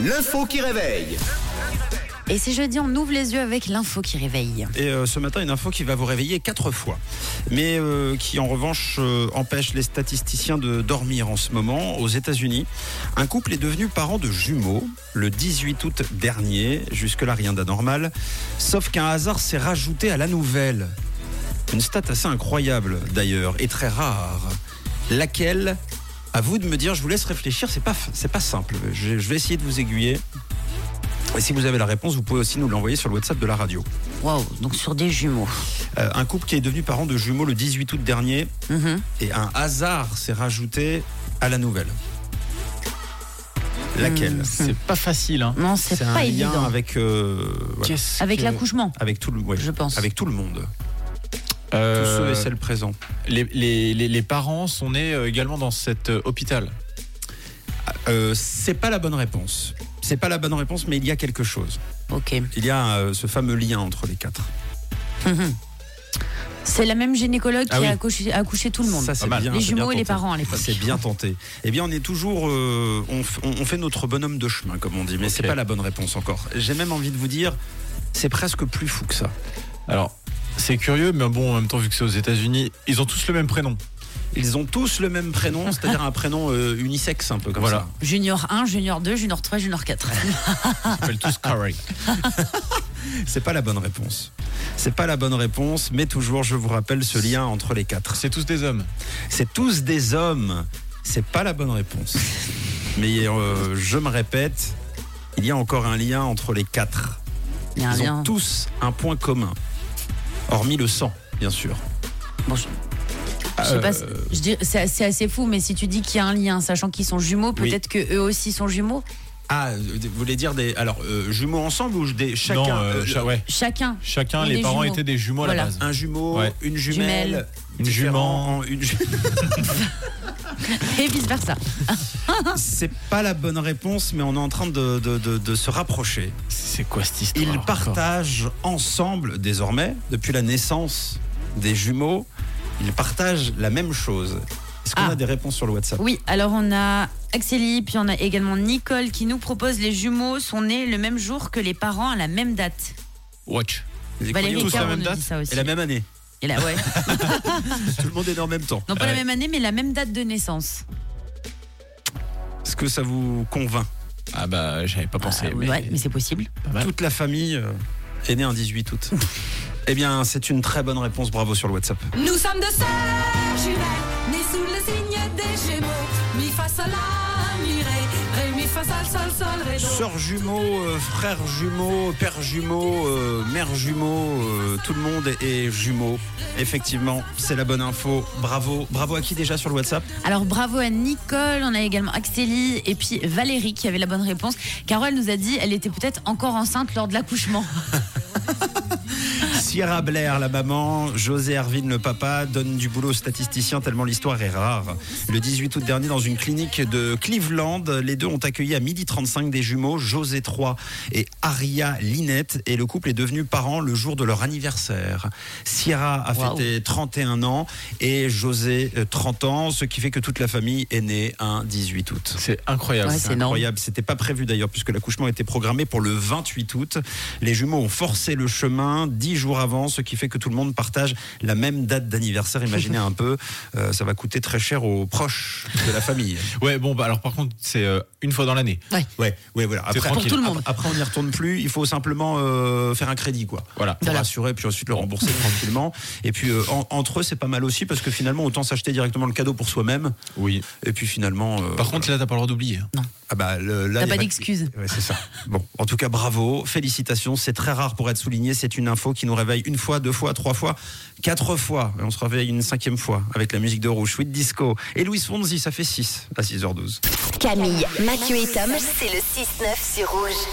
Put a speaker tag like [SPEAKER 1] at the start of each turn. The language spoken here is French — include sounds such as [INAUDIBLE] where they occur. [SPEAKER 1] L'info qui réveille.
[SPEAKER 2] Et c'est jeudi, on ouvre les yeux avec l'info qui réveille.
[SPEAKER 3] Et euh, ce matin, une info qui va vous réveiller quatre fois, mais euh, qui en revanche euh, empêche les statisticiens de dormir en ce moment. Aux États-Unis, un couple est devenu parent de jumeaux le 18 août dernier. Jusque-là, rien d'anormal. Sauf qu'un hasard s'est rajouté à la nouvelle. Une stat assez incroyable d'ailleurs, et très rare. Laquelle, à vous de me dire, je vous laisse réfléchir, c'est pas, c'est pas simple. Je- je vais essayer de vous aiguiller. Et si vous avez la réponse, vous pouvez aussi nous l'envoyer sur le WhatsApp de la radio.
[SPEAKER 2] Waouh, donc sur des jumeaux.
[SPEAKER 3] Euh, un couple qui est devenu parent de jumeaux le 18 août dernier
[SPEAKER 2] Mhm.
[SPEAKER 3] et un hasard s'est rajouté à la nouvelle. Laquelle
[SPEAKER 4] C'est pas facile. Hein.
[SPEAKER 2] Non, Hmm. c'est
[SPEAKER 3] C'est
[SPEAKER 2] pas
[SPEAKER 3] un lien
[SPEAKER 2] évident.
[SPEAKER 3] avec euh, voilà,
[SPEAKER 4] Qu'est-ce
[SPEAKER 2] Avec
[SPEAKER 4] que-
[SPEAKER 2] l'accouchement.
[SPEAKER 3] avec tout le ouais,
[SPEAKER 2] Je pense.
[SPEAKER 3] avec tout le monde, tous
[SPEAKER 4] Euh,
[SPEAKER 3] ceux et celles présents.
[SPEAKER 4] les, les- les- les parents sont nés euh, également dans cet euh, hôpital.
[SPEAKER 3] Euh, c'est pas la bonne réponse. C'est pas la bonne réponse, mais il y a quelque chose.
[SPEAKER 2] Ok.
[SPEAKER 3] Il y a euh, ce fameux lien entre les quatre.
[SPEAKER 2] C'est la même gynécologue
[SPEAKER 4] Ah
[SPEAKER 2] qui
[SPEAKER 4] oui.
[SPEAKER 2] a accouché, accouché tout le monde.
[SPEAKER 3] Ça, c'est
[SPEAKER 4] Pas mal.
[SPEAKER 3] bien,
[SPEAKER 2] les
[SPEAKER 3] c'est bien
[SPEAKER 2] jumeaux et les
[SPEAKER 3] tenté.
[SPEAKER 2] parents à l'époque.
[SPEAKER 3] C'est bien tenté. Eh bien, on est toujours, euh, on, f- on- on fait notre bonhomme de chemin, comme on dit, mais c'est
[SPEAKER 4] Ok.
[SPEAKER 3] pas la bonne réponse encore. J'ai même envie de vous dire, c'est presque plus fou que ça.
[SPEAKER 4] Alors, c'est curieux, mais bon, en même temps, vu que c'est aux États-Unis, ils ont tous le même prénom.
[SPEAKER 3] Ils ont tous le même prénom, c'est-à-dire un prénom euh, unisexe, un peu comme
[SPEAKER 4] Voilà.
[SPEAKER 2] Junior 1, Junior 2, Junior 3, Junior 4.
[SPEAKER 4] Ils s'appellent tous Curry.
[SPEAKER 3] ça. [LAUGHS] C'est pas la bonne réponse. C'est pas la bonne réponse, mais toujours, je vous rappelle ce lien entre les quatre.
[SPEAKER 4] C'est tous des hommes.
[SPEAKER 3] C'est tous des hommes. C'est pas la bonne réponse. Mais euh, je me répète, il y a encore un lien entre les quatre.
[SPEAKER 2] [LAUGHS] Il y a un
[SPEAKER 3] Ils
[SPEAKER 2] lien.
[SPEAKER 3] ont tous un point commun, hormis le sang, bien sûr. Euh,
[SPEAKER 2] Bon, je... je sais pas, je dirais- c'est assez, assez fou, mais si tu dis qu'il y a un lien, sachant qu'ils sont jumeaux,
[SPEAKER 3] Oui.
[SPEAKER 2] peut-être que eux aussi sont jumeaux.
[SPEAKER 3] Ah, vous voulez dire des alors euh, jumeaux ensemble ou des chacun
[SPEAKER 4] non, euh, Ah,
[SPEAKER 3] euh,
[SPEAKER 4] cha- ouais.
[SPEAKER 2] Chacun.
[SPEAKER 4] Chacun,
[SPEAKER 2] Et
[SPEAKER 4] les
[SPEAKER 2] des
[SPEAKER 4] parents
[SPEAKER 2] jumeaux.
[SPEAKER 4] étaient des jumeaux à la
[SPEAKER 2] Voilà.
[SPEAKER 4] base.
[SPEAKER 3] un jumeau,
[SPEAKER 4] Ouais.
[SPEAKER 3] une jumelle,
[SPEAKER 2] Jumelle.
[SPEAKER 4] Une
[SPEAKER 3] différents- une
[SPEAKER 2] [LAUGHS]
[SPEAKER 3] ju-
[SPEAKER 2] Et vice-versa.
[SPEAKER 3] C'est pas la bonne réponse, mais on est en train de, de- de- de se rapprocher.
[SPEAKER 4] C'est quoi cette histoire
[SPEAKER 3] Ils
[SPEAKER 4] encore
[SPEAKER 3] partagent ensemble désormais depuis la naissance des jumeaux. Ils partagent la même chose. Est-ce qu'on
[SPEAKER 2] Ah.
[SPEAKER 3] a des réponses sur le WhatsApp
[SPEAKER 2] Oui, alors on a Axélie, puis on a également Nicole qui nous propose les jumeaux sont nés le même jour que les parents à la même date.
[SPEAKER 4] Watch.
[SPEAKER 3] Ils
[SPEAKER 2] Valérie
[SPEAKER 3] tous la
[SPEAKER 2] Caron
[SPEAKER 3] même
[SPEAKER 2] nous
[SPEAKER 3] date
[SPEAKER 2] dit ça aussi.
[SPEAKER 3] et la même année.
[SPEAKER 2] Et là,
[SPEAKER 3] [LAUGHS]
[SPEAKER 2] ouais.
[SPEAKER 3] Tout le monde est né en même temps.
[SPEAKER 2] Non, pas la
[SPEAKER 4] Ouais.
[SPEAKER 2] même année, mais la même date de naissance.
[SPEAKER 3] Est-ce que ça vous convainc
[SPEAKER 4] Ah bah, j'avais pas pensé.
[SPEAKER 2] Euh,
[SPEAKER 4] mais
[SPEAKER 2] ouais, mais c'est possible.
[SPEAKER 4] pas mal.
[SPEAKER 3] Toute la famille euh, est née un 18 août. eh bien, c'est une très bonne réponse. Bravo sur le WhatsApp.
[SPEAKER 5] Nous sommes deux sœurs jumelles, nées sous le signe des Gémeaux. Mi fa sol la mi ré, ré mi fa sol sol sol ré do.
[SPEAKER 3] Sœurs jumeaux, euh, frères jumeaux, pères jumeaux, euh, mères jumeaux, euh, tout le monde est jumeau. Effectivement, c'est la bonne info. Bravo. Bravo à qui déjà sur le WhatsApp
[SPEAKER 2] Alors bravo à Nicole, on a également Axélie et puis Valérie qui avait la bonne réponse. Carole nous a dit elle était peut-être encore enceinte lors de l'accouchement.
[SPEAKER 3] Sierra Blair, la maman, José Hervine, le papa, donne du boulot aux statisticiens tellement l'histoire est rare. Le 18 août dernier, dans une clinique de Cleveland, les deux ont accueilli à 12h35 des jumeaux, José 3 et Aria Linette, et le couple est devenu parent le jour de leur anniversaire. Sierra a
[SPEAKER 2] Waouh.
[SPEAKER 3] fêté 31 ans et José euh, 30 ans, ce qui fait que toute la famille est née un 18 août.
[SPEAKER 4] C'est incroyable.
[SPEAKER 2] Ouais, c'est énorme.
[SPEAKER 3] Incroyable, c'était pas prévu d'ailleurs puisque l'accouchement était programmé pour le 28 août. Les jumeaux ont forcé le chemin dix jours avant, ce qui fait que tout le monde partage la même date d'anniversaire. Imaginez un peu, euh, ça va coûter très cher aux proches de la famille.
[SPEAKER 4] Ouais, bon, bah, alors par contre, c'est euh, une fois dans l'année.
[SPEAKER 3] Ouais, ouais, voilà.
[SPEAKER 4] C'est
[SPEAKER 3] Après,
[SPEAKER 4] tranquille.
[SPEAKER 2] Pour tout le monde.
[SPEAKER 3] ap- après, on n'y retourne plus. Il faut simplement euh, faire un crédit, quoi.
[SPEAKER 4] Voilà.
[SPEAKER 3] Pour assurer, puis ensuite le rembourser tranquillement. Et puis euh, en- entre eux, c'est pas mal aussi parce que finalement, autant s'acheter directement le cadeau pour soi-même.
[SPEAKER 4] Oui.
[SPEAKER 3] Et puis finalement. euh,
[SPEAKER 4] Par contre, là, t'as pas le droit d'oublier. hein.
[SPEAKER 3] Ah bah, le- là,
[SPEAKER 2] T'as
[SPEAKER 3] y a
[SPEAKER 2] pas
[SPEAKER 3] de-
[SPEAKER 2] d'excuses.
[SPEAKER 3] Ouais, c'est ça. Bon, en tout cas, bravo, félicitations. C'est très rare pour être souligné. C'est une info qui nous réveille une fois, deux fois, trois fois, quatre fois. Et on se réveille une cinquième fois avec la musique de Rouge, Sweet Disco. Et Louis Fonzi, ça fait 6 à 6h12.
[SPEAKER 6] Camille, Mathieu et Tom, c'est le 6-9 sur Rouge.